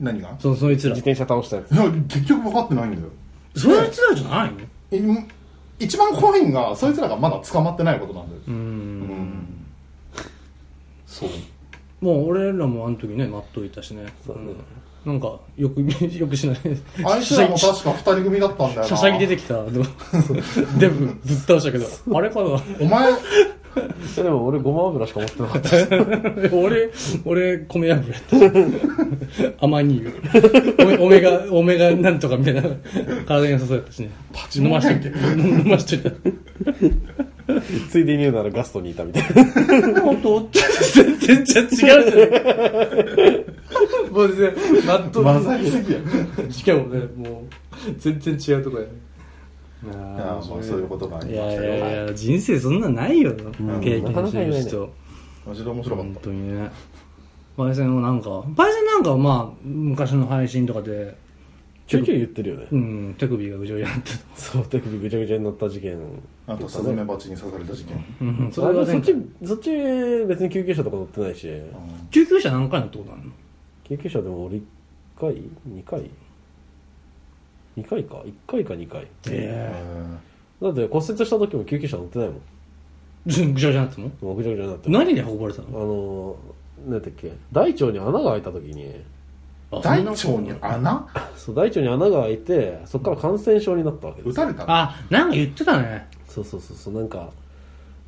C: 何が
A: そ、そいつら
B: 自。転車倒したやつ。
C: いや結局分かってないんだよ
A: そいつらじゃないの
C: え一番怖いんがそいつらがまだ捕まってないことなんだよ
A: うん。
C: そう
A: もう俺らもあの時ね待っといたしね
B: そうだね
A: うんなんかよくよくしない
C: あいつらも確か二人組だったんだよな。
A: しゃしゃぎ出てきたあのデブぶっ倒したけどあれかな
C: お前、
B: でも俺ごま油しか持ってなかった
A: 俺、俺、米油やった。甘いに言う。オメガ、オメガなんとかみたいな。体に良さそうやったしね。飲ましといて。飲ましといて。
B: ついでに言うならガストにいたみたい
A: 本当全然違うじゃん。もう全然、納
C: 混ざりすぎや。
A: しかもね、もう、全然違うとこやね。
C: いやもうそういうことがあ
A: い
C: りま
A: や
C: し
A: い
C: たよ。
A: やいや、人生そんなないよ。経
B: なか
A: 験
B: な
A: して
B: かい
A: る
B: ないね
A: 人。
C: マジで面白かっ
A: 本当にね焙煎をなんか焙煎なんかはまあ昔の配信とかで
B: ちょいちょい言ってるよね
A: うん手首がぐじょぐじょになってた
B: そう手首ぐちゃぐちゃになった事件
C: た。あと、スズメバチに刺された事件。
A: うんそ
B: そ
A: れ
B: れ
A: は
B: そ
A: 前
B: っち
A: 回
B: そっち別に救急車とか乗ってないし
A: 救急車何回なってことなの
B: 救急車でも俺1回2回2回か1回か2回
A: え
B: だって骨折した時も救急車乗ってないもん
A: えぐじょぐじゃなっても
B: もうぐちゃぐちゃになって
A: 何で運ばれた
B: あ
A: の
B: のー、なんだっけ大腸に穴が開いた時に
A: あ
C: 大
A: そんな
C: 腸に穴
B: そう大腸に穴が開いてそこから感染症になったわけで
C: 撃
B: す
C: たれたの
A: あなんか言ってたね
B: そうそうそうそうなんか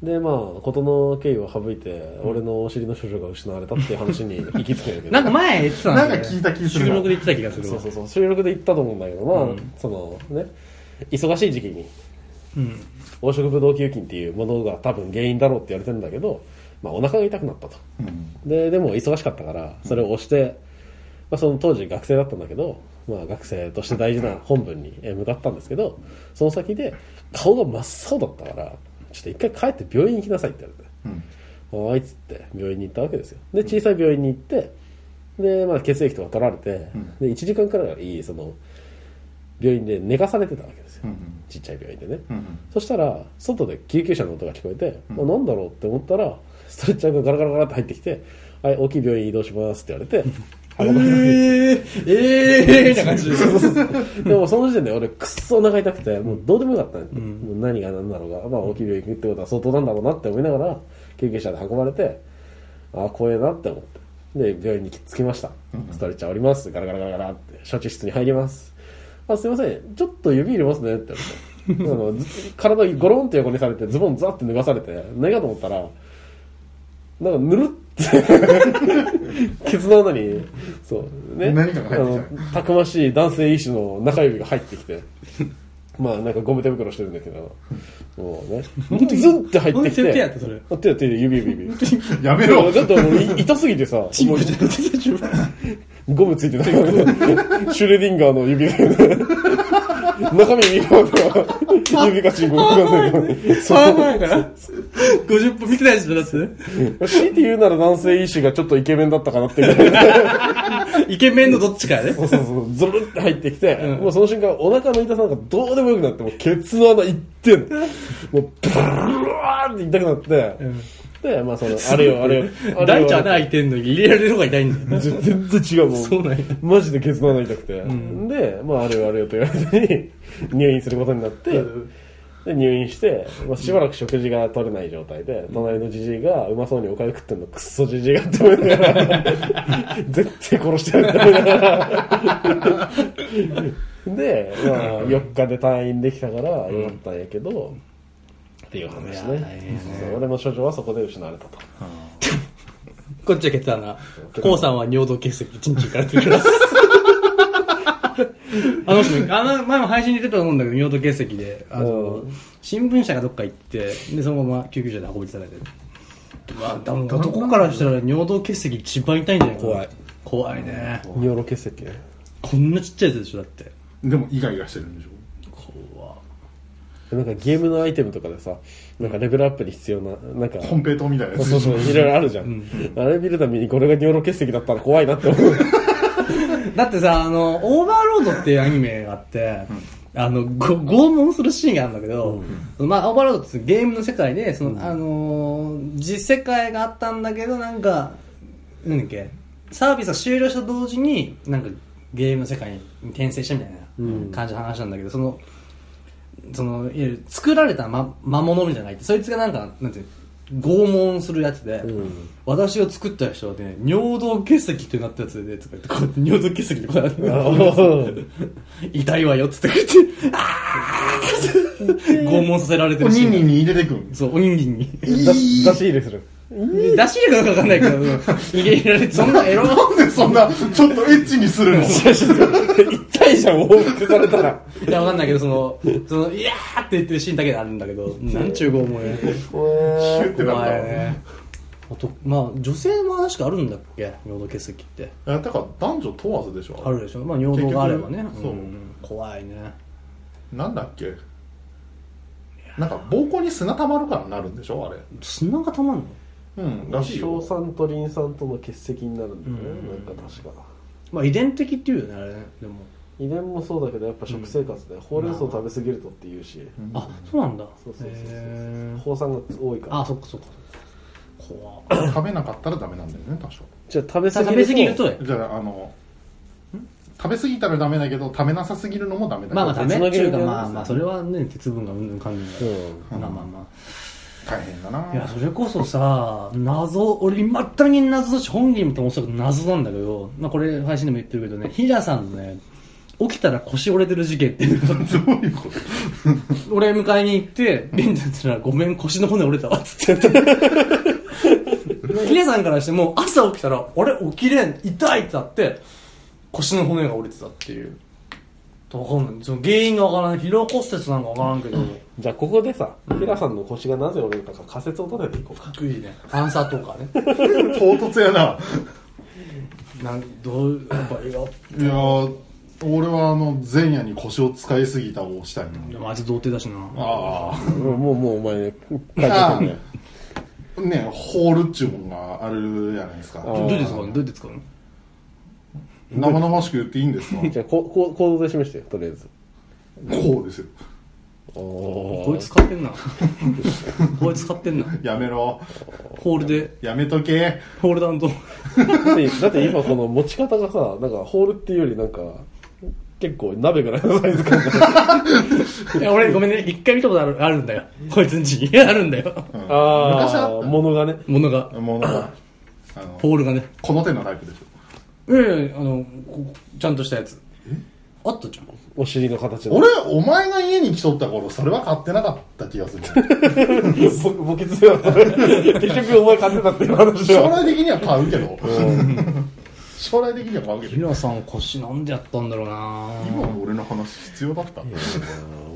B: でまあ事の経緯を省いて、俺のお尻の処女が失われたっていう話に行き着くんやけど
A: なんか前言ってただよね
C: なんか聞いた気するな
A: 収録で言ってた気がする
B: そうそううそう収録で行ったと思うんだけどまあ、
A: うん
B: そのね忙しい時期に
A: うん
B: 黄色ブドウ球菌っていうものが多分原因だろうって言われてるんだけど、まあ、お腹が痛くなったと
C: うん
B: ででも忙しかったからそれを押して、まあ、その当時学生だったんだけど、まあ、学生として大事な本文にえー向かったんですけどその先で顔が真っ青だったからちょっと一回帰って病院行きなさいって言われて
C: うん
B: 「はーい」っつって病院に行ったわけですよで小さい病院に行ってで、まあ、血液とか取られて
C: うん
B: で1時間くらいその病院で寝かされてたわけですよ
C: うん
B: ちっちゃい病院でね
C: うんうん
B: そしたら外で救急車の音が聞こえて、
C: うん
B: まあなんだろうって思ったらストレッチャーがガラガラガラって入ってきて「はい大きい病院移動します」って言われて
A: ええええみたいな感じで
B: でもその時点で俺くっそお腹痛くてもうどうでもよかったね、
A: ん
B: もう何が何だろうが、まあ、大きい病院行くってことは相当なんだろうなって思いながら救急車で運ばれてああ怖えなって思ってで病院に着きました、ストレッチャーおりますガラガラガラガラって処置室に入りますあすいませんちょっと指入れますねって言われてあのず体ゴロンって横にされてズボンザって脱がされて何かと思ったらなんかぬるってケツの穴にそうね
C: 何かが入ってきたね
B: あのたくましい男性医師の中指が入ってきてまあなんかゴム手袋してるんだけどもうねズンって入
A: 本
B: ってき
A: 当に
B: て
A: 手やったそ れ
B: あ手や手で指指指
C: やめ ろ
B: ちょっと俺い痛すぎてさ
A: チンコじゃなくて
B: ゴムついてたからねシュレディンガーの指だよね中身見ようと指かチンコか分かんないけどそう
A: 半々やから50分見 てないでしょだって
B: 強いて言うなら男性医師がちょっとイケメンだったかなってぐらい
A: イケメンのどっちかやね
B: そうそうそうゾルって入ってきて、
A: うん
B: もうその瞬間お腹の痛さなんかどうでもよくなってもうケツの穴いってんのもうブワーって痛くなって、でまあそのあれよ あれよあれ
A: 大
B: よ
A: 腸穴開いてんのに入れられる方が痛いんだよ
B: ぜ全然違うもん
A: そうなんや
B: マジでケツの穴痛くて、で、まあ、あれよあれよと言われて入院することになって、で入院して、まあ、しばらく食事が取れない状態で、隣のじじいがうまそうにおかゆ食ってんのクッソじじいがって思いなが ら絶対殺してやるって思いながらで、まあ、4日で退院できたからよかったんやけど、っていう話
A: いや大変
B: ねそう俺の処女はそこで失われたと
A: こっちは決断な。コウさんは尿道結石1日からってき ます。あの人ね、あの前も配信で出たと思うんだけど、尿道結石で、あの
B: う、
A: 新聞社がどっか行って、で、そのまま救急車で運び出されて。まあ、多分男からしたら尿道結石一番痛いんじゃない怖い。怖いね。
B: 尿路結石ね
A: こんなちっちゃいやつでしょ、だって。
C: でもイガイガしてるんでしょ
A: 怖
B: なんかゲームのアイテムとかでさ、なんかレベルアップに必要な、なんか、
C: コンペイトーみたいなや
B: そう
C: つ
B: そうそう、いろいろあるじゃん。あれ見るためにこれが尿路結石だったら怖いなって思う。
A: だってさ、あの、オーバーロードっていうアニメがあって、あの、ご拷問するシーンがあるんだけど、まあ、オーバーロードってゲームの世界で、その、あのー実世界があったんだけど、なんか、なんだっけ、サービスが終了した同時に、なんか、ゲームの世界に転生したみたいな感じの話なんだけど、その、その、いわゆる作られた魔魔物みたいなのがいて、そいつがなんか、なんていうの拷問するやつで、
B: ん
A: 私を作った人はね尿道結石ってなったやつでとか言ってこうやって尿道結石でこうやって痛いわよっつってこうやってあーって拷問させられて
C: お
A: るシ
C: に
A: ーン
C: んにんに入れてくん。
A: そうおにぎりに
B: 出し出し入れする。
A: 出し入れかわかんないけどうん入れられて
D: そんなエロ
C: なんでそんな、ちょっとエッチにするの
B: 痛いじゃん、往復されたら。
A: いやわかんないけどそのそのいやーって言ってるシーンだけあるんだけどなんちゅう拷問や
C: シュってなっ
A: 怖い
C: た
A: よねあとまあ女性も話かあるんだっけ尿道結石って
C: え。だから男女問わずでしょ
A: あるでしょまあ尿道があればね
C: 結局そう
A: うん怖いね
C: なんだっけなんか膀胱に砂溜まるからなるんでしょあれ。
A: 砂がたまんの
C: うん、らしい
B: 硝
C: よ。
B: 酸とリン酸との結石になるんだよね、なんか確か。
A: まあ遺伝的っていうよねあれねでも
B: 遺伝もそうだけど、やっぱ食生活で、ほうれん草食べ過ぎるとって言うし、
A: あそうなんだ
B: そうそうそうそう
A: へー
B: 放酸が多いから。
A: あそっかそっかそっか怖っ
C: 食べなかったらダメなんだよね、確か。
B: じゃあ食べ
A: 食べ過ぎると
C: じゃあ、あの、食べ過ぎたらダメだけど、食べなさすぎるのもダメだけど
A: まあまあ食べ
B: 別の
A: っていうか
B: 原因
A: まあまあそれはね鉄分がうんぬんかんぬんだ
B: う
A: まあまあま
C: 大変だ
A: あいや
C: な。
A: それこそさ謎俺いまだに謎だし本人もともしたこと謎なんだけどまあこれ配信でも言ってるけどねヒラさんのね起きたら腰折れてる事件っていうのが
C: どういうこと
A: 俺迎えに行って、ベンジャンってのはごめん、腰の骨折れたわ、つって言って。ヒデさんからしても、朝起きたら、俺起きれん、痛いってなって、腰の骨が折れてたっていう。わかんない。その原因がわからん。疲労骨折なんかわからんけど、
B: じゃあここでさ、ヒラさんの腰がなぜ折れるか仮説を立てていこうか。
A: 低いね。アンサーとかね。
C: 唐突やな。
A: なんどう、やっぱ、いや、
C: いやー俺はあの、前夜に腰を使いすぎたをしたいな。
A: でもあいつ童貞だしな。
C: ああ。
B: もう、もうもうお前ね、帰
C: あ
B: ってくるね。
C: ね、ホールっちゅうもんがあるじゃないですか。
B: あ
A: ど
B: ー
A: うやって使うのどうやって使うの
C: 生々しく言っていいんですか
B: じゃあ、こうこう行動で示してよ、とりあえず。
C: こうですよ。
B: お
A: こいつ使ってんな。 こいつ使ってんな。
C: やめろ。
A: ホールで、
C: やめとけ。
A: ホールダウンと。
B: だってだって今この持ち方がさ、なんかホールっていうよりなんか、結構鍋ぐらいのサイズ感が。
A: いや俺ごめんね一回見たことあるあるんだよこいつんちにあるんだよ
C: うん
B: あ
C: 昔は
B: あ、ものがね。
A: ものが
C: もうなんか、あの、
A: ポールがね
C: この手のタイプでし
A: いやいやあのこちゃんとしたやつあったじゃん
B: お尻の形
C: ょ。
B: の。
C: 俺、お前が家に来とった頃、それは買ってなかった気が する。
B: ぼボケつよ。結局お前買ってたっていう話で
C: 将
B: は。
C: 来的には買うけど。 将来的には買うけ
A: ひ
C: ど。
A: なさん腰なんでやったんだろうな
C: 今の俺の話必要だった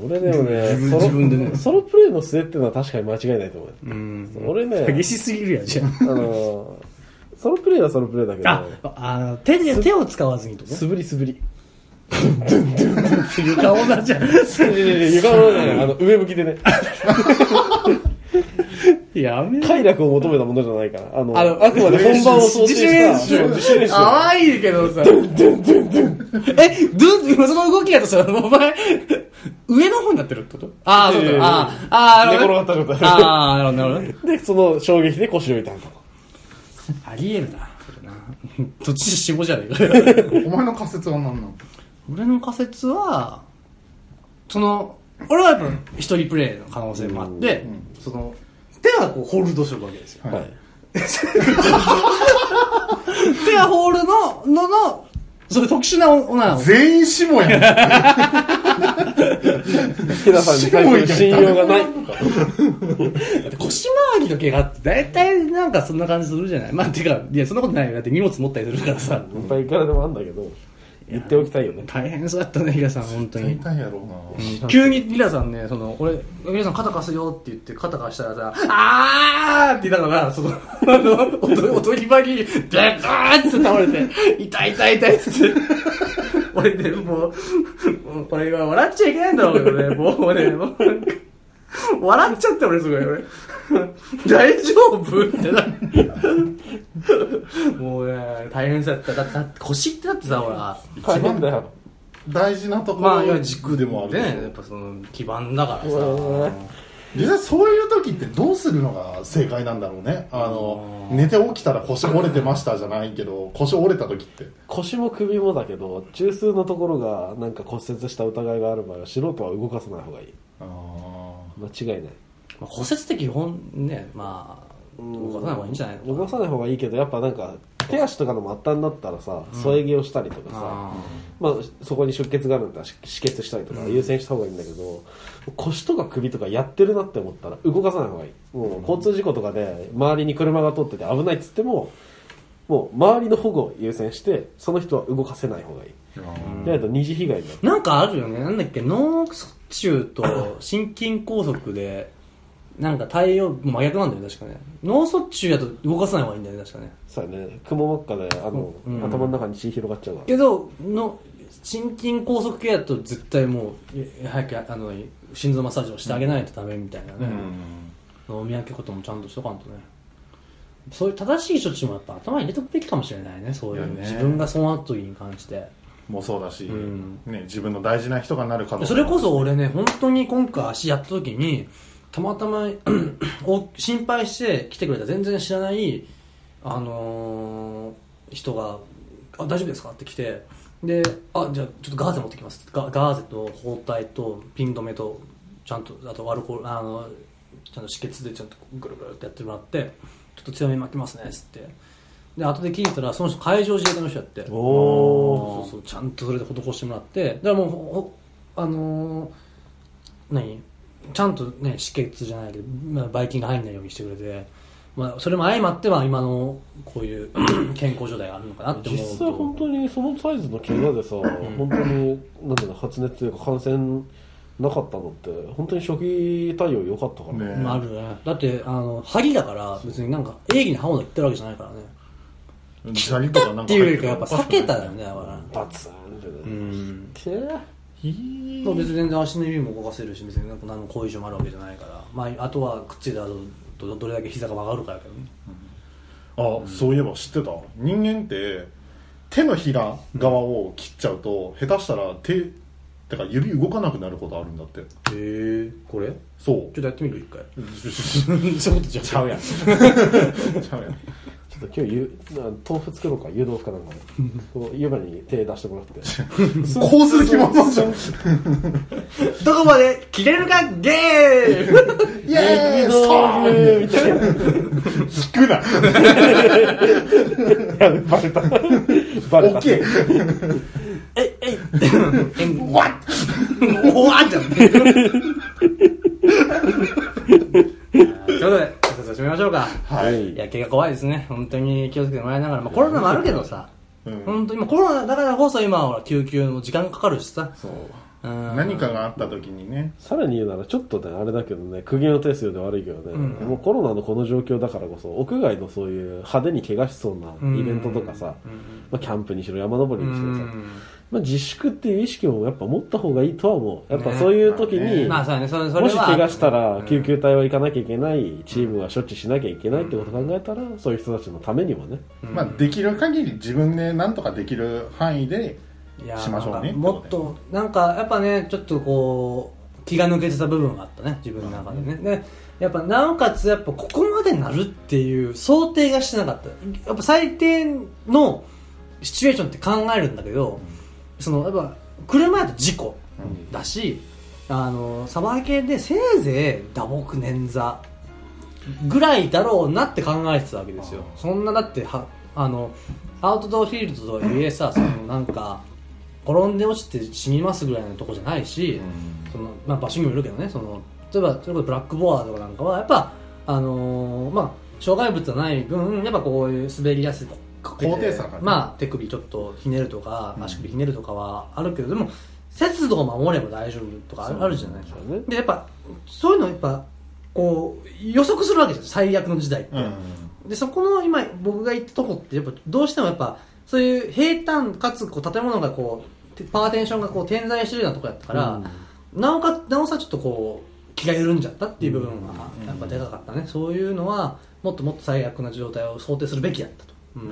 B: 俺でもね、
A: 自分
B: ソロ
A: 自分でね
B: ソロプレイの末っていうのは確かに間違いないと思う。
A: うん
B: 俺ね、
A: 激しすぎるやん じゃん
B: あのー、ソロプレイはソロプレイだけ
A: あ
B: ど、
A: あの手で手を使わずにとか
B: 素振り素振り。
A: 顔だじゃん
B: 床のね、あの、上向きでね、
A: やめろ
B: 快楽を求めたものじゃないから、あの、
A: あ
B: あ
A: の
B: くまで本番を想定
A: 自
B: した。
A: 主練習
B: 自主練習
A: 可愛いけどさ。ドゥンドゥンドゥンドゥン。え、ドゥン、今その動きやとしたら、お前、上の方になってるってことああ、そう
B: いやい
A: だ。
B: やいや
A: あーあー、なるほどね
B: 寝転がったことある
A: ああ、なるほど、なるほどね。
B: で、その衝撃で腰を痛んだと。
A: ありえるな。それなどっち死亡じゃねえか。
C: お前の仮説は何なの
A: 俺の仮説は、その、俺はやっぱ一人プレイの可能性もあって、その、手はこうホールドしてるわけですよ。
B: はい。
A: 手はホールの、の、の、それ特殊な女なの。
C: 全員し もやん。
B: ヒラさんに対する信用がない。
A: だって腰回りの怪我って大体なんかそんな感じするじゃないまあてか、いやそんなことないよ。だって荷物持ったりするからさ。
B: いっぱいいくらでもあんだけど、言っておきたいよね。
A: 大変そうだったね、ヒラさん、本当に
C: 絶。対やろうな。
A: 急にリラさんね、その、俺、リラさん肩貸すよって言って肩貸したらさ、あーって言いながら、その、 あの、音、音にばに、ベッーって倒れて、痛い痛い痛いっつって。俺ね、もう、もうこれは笑っちゃいけないんだろうけどね、もうね、もうなんか、笑っちゃって俺すごい、俺。大丈夫ってな。もうね、大変さだった。だってだって腰ってだってさ、ほら。
B: 大変だよ。
C: 大事なところ
A: まあ、いや、軸で
C: で
A: も
C: もあ
A: あ
C: る
A: る
C: けど
A: ね。やっぱその、基盤だからさ。
B: うわ
C: 実際そういう時ってどうするのが正解なんだろうねあの寝て起きたら腰折れてましたじゃないけど腰折れた時って
B: 腰も首もだけど、中枢のところがなんか骨折した疑いがある場合は、素人は動かさない方がいい。
C: あ
B: 間違いない。
A: まあ、骨折って基本ね、まあ、動かさない方がいいんじゃないのかな
B: 動かさない方がいいけどやっぱなんか手足とかの末端だったらさ添え毛をしたりとかさ、
A: あ
B: まあ、そこに出血があるんだったらし止血したりとか優先した方がいいんだけど、腰とか首とかやってるなって思ったら動かさない方がいいもう交通事故とかで周りに車が通ってて危ないっつってももう周りの保護を優先してその人は動かせない方がいい、じゃないと二次被害になる
A: ーなんかあるよね。なんだっけ、脳卒中と心筋梗塞で、なんか対応、真逆なんだよね、確かね。脳卒中やと動かさない方がいいんだよね、確かね。
B: そうやね雲真っ赤であの、
A: うん
B: 頭の中に血広がっちゃうから
A: けどの心筋梗塞系だと絶対もうえ早くあの心臓マッサージをしてあげないとダメみたいな
C: う
A: ね、
C: ん
A: 飲み分けこともちゃんとしとかんとねそういう正しい処置もやっぱ頭に入れとくべきかもしれないねそうい
C: いうやね
A: 自分がその後に関して
C: もうそうだし、
A: ん
C: ね、自分の大事な人がなる可能性
A: それこそ俺ね本当に今回足やった時にたまたま お心配して来てくれた全然知らない、あのー人が「あ大丈夫ですか?」って来てで「あじゃあちょっとガーゼ持ってきます」ガガーゼと包帯とピン止めとちゃんとあとアルコールあのちゃんと止血でちゃんとぐるぐるってやってもらって「ちょっと強めに巻きますね」っつってで後で聞いたらその人海上自衛隊の人やって
B: おー
A: そうそうちゃんとそれで施してもらってだからもうほほあのー何ちゃんとね止血じゃないけど、まあ、ばい菌が入んないようにしてくれて、まあ、それも相まっては今のこういう 健康状態があるのかなって
B: 実
A: 思うと
B: 際本当にそのサイズの怪我でさ、本当になんていうの発熱というか感染なかったのって本当に初期対応良かったから、
C: ね
A: まあ、あるねだってあの萩だから別になんか鋭利な刃物言ってるわけじゃないからね
C: シャリとかなん
A: っ
C: か
A: て
C: 入
A: いうより
C: て
A: か
C: る
A: やっぱ避けたよねだから
B: バツーンってね、
A: うん
B: けー
C: ひー
A: まあ別に全然足の指も動かせるし別になんか何の後遺症もあるわけじゃないから、まあ、あとはくっついた後どどれだけ膝が曲がるかやけどね
C: あ、そういえば知ってた人間って手のひら側を切っちゃうと、下手したら手てか指動かなくなることあるんだって
A: へえこれちょ
C: そう
A: っとやってみる一回
C: そういうことじゃちゃうやんちゃうやん
B: ちょっと今日ゆな豆腐作ろうか湯豆腐かなん かでこう湯葉に手出してもら って
C: こうする気もないじゃん
A: どこまで切れるかゲーム
C: イエーイストーン
B: みたいな
C: 引くな
B: バレたバレた
C: オッケー
A: ええいわっおわっじゃんということで挨拶を締めましょうか
B: はい
A: いや怪我怖いですね本当に気をつけてもらいながら、まあ、コロナもあるけどさ、
C: うん
A: 本当にまあコロナだからこそ今はほら救急も時間かかるしさ
C: そう
A: うん
C: 何かがあった時にね
B: さらに言うならちょっとねあれだけどね釘の手数で悪いけどね、もうコロナのこの状況だからこそ屋外のそういう派手に怪我しそうなイベントとかさ、まあ、キャンプにしろ山登りにしろさ、まあ、自粛っていう意識もやっぱ持った方がいいとは思うやっぱそういう時に、
A: まあそうだねそれそれは
B: もし怪我したら救急隊は行かなきゃいけないチームは処置しなきゃいけないってことを考えたらそういう人たちのためにもね
C: まあできる限り自分で何とかできる範囲で
A: いや
C: しましょう
A: な
C: ね
A: んかもっとなんかやっぱねちょっとこう気が抜けてた部分があったね自分の中でね、でやっぱなおかつやっぱここまでなるっていう想定がしてなかったやっぱ最低のシチュエーションって考えるんだけど、そのやっぱ車やと事故だし、あのサバイ系でせいぜい打撲捻挫ぐらいだろうなって考えてたわけですよそんなだってはあのアウトドアフィールドとはいえさそのなんか転んで落ちて死にますぐらいのとこじゃないし、そのまあ、場所にもよるけどねその例えばそれこそブラックボアとかなんかはやっぱあのーまあ障害物がない分やっぱこういう滑りやすい
C: 高低差がね
A: まあ手首ちょっとひねるとか足首ひねるとかはあるけど、でも節度を守れば大丈夫とかあるあるじゃないですか
B: そうね
A: でやっぱそういうのやっぱこう予測するわけじゃん最悪の時代って、
C: うん
A: でそこの今僕が行ったとこってやっぱどうしてもやっぱそういう平坦かつこう建物がこうてパーテンションがこう点在してるようなとこやったから、なおかなおさらちょっとこう気が緩んじゃったっていう部分がやっぱでかかったね、そういうのはもっともっと最悪な状態を想定するべきだったと、うん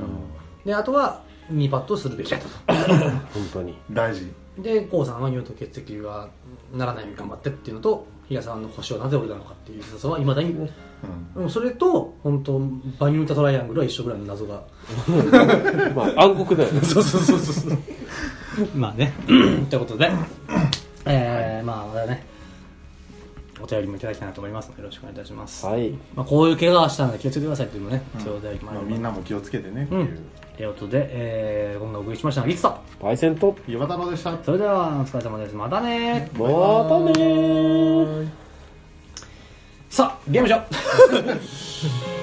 A: であとは2パットをするべきだったと
B: 本当 に
C: 大事
A: で、コウさんは尿と血液がならないように頑張ってっていうのと、比嘉さんの腰はなぜ折れたのかっていう謎はいまだに、
C: うん
A: うんそれと、本当バニュータトライアングルは一緒ぐらいの謎 が。
B: まあ暗黒だよね
A: そうそうそうそう。 まあね。ということで、えー、まあ、あれだね。おお便りもいただきたいなと思いますのでよろしくお願いいたします、
B: はい
A: まあ、こういう怪我はしたので気をつけてくださいというのもね、そういうお便りもあ
C: まあ
A: る
C: みん
A: な
C: なも気をつけてねって
A: う
C: い
A: ん
C: う。
A: ということで、えー、今回お送りしましたのはリツと
B: パイセント
C: 岩太郎でした。
A: それではお疲れ様ですまたね
B: またねー
A: さあゲームしよう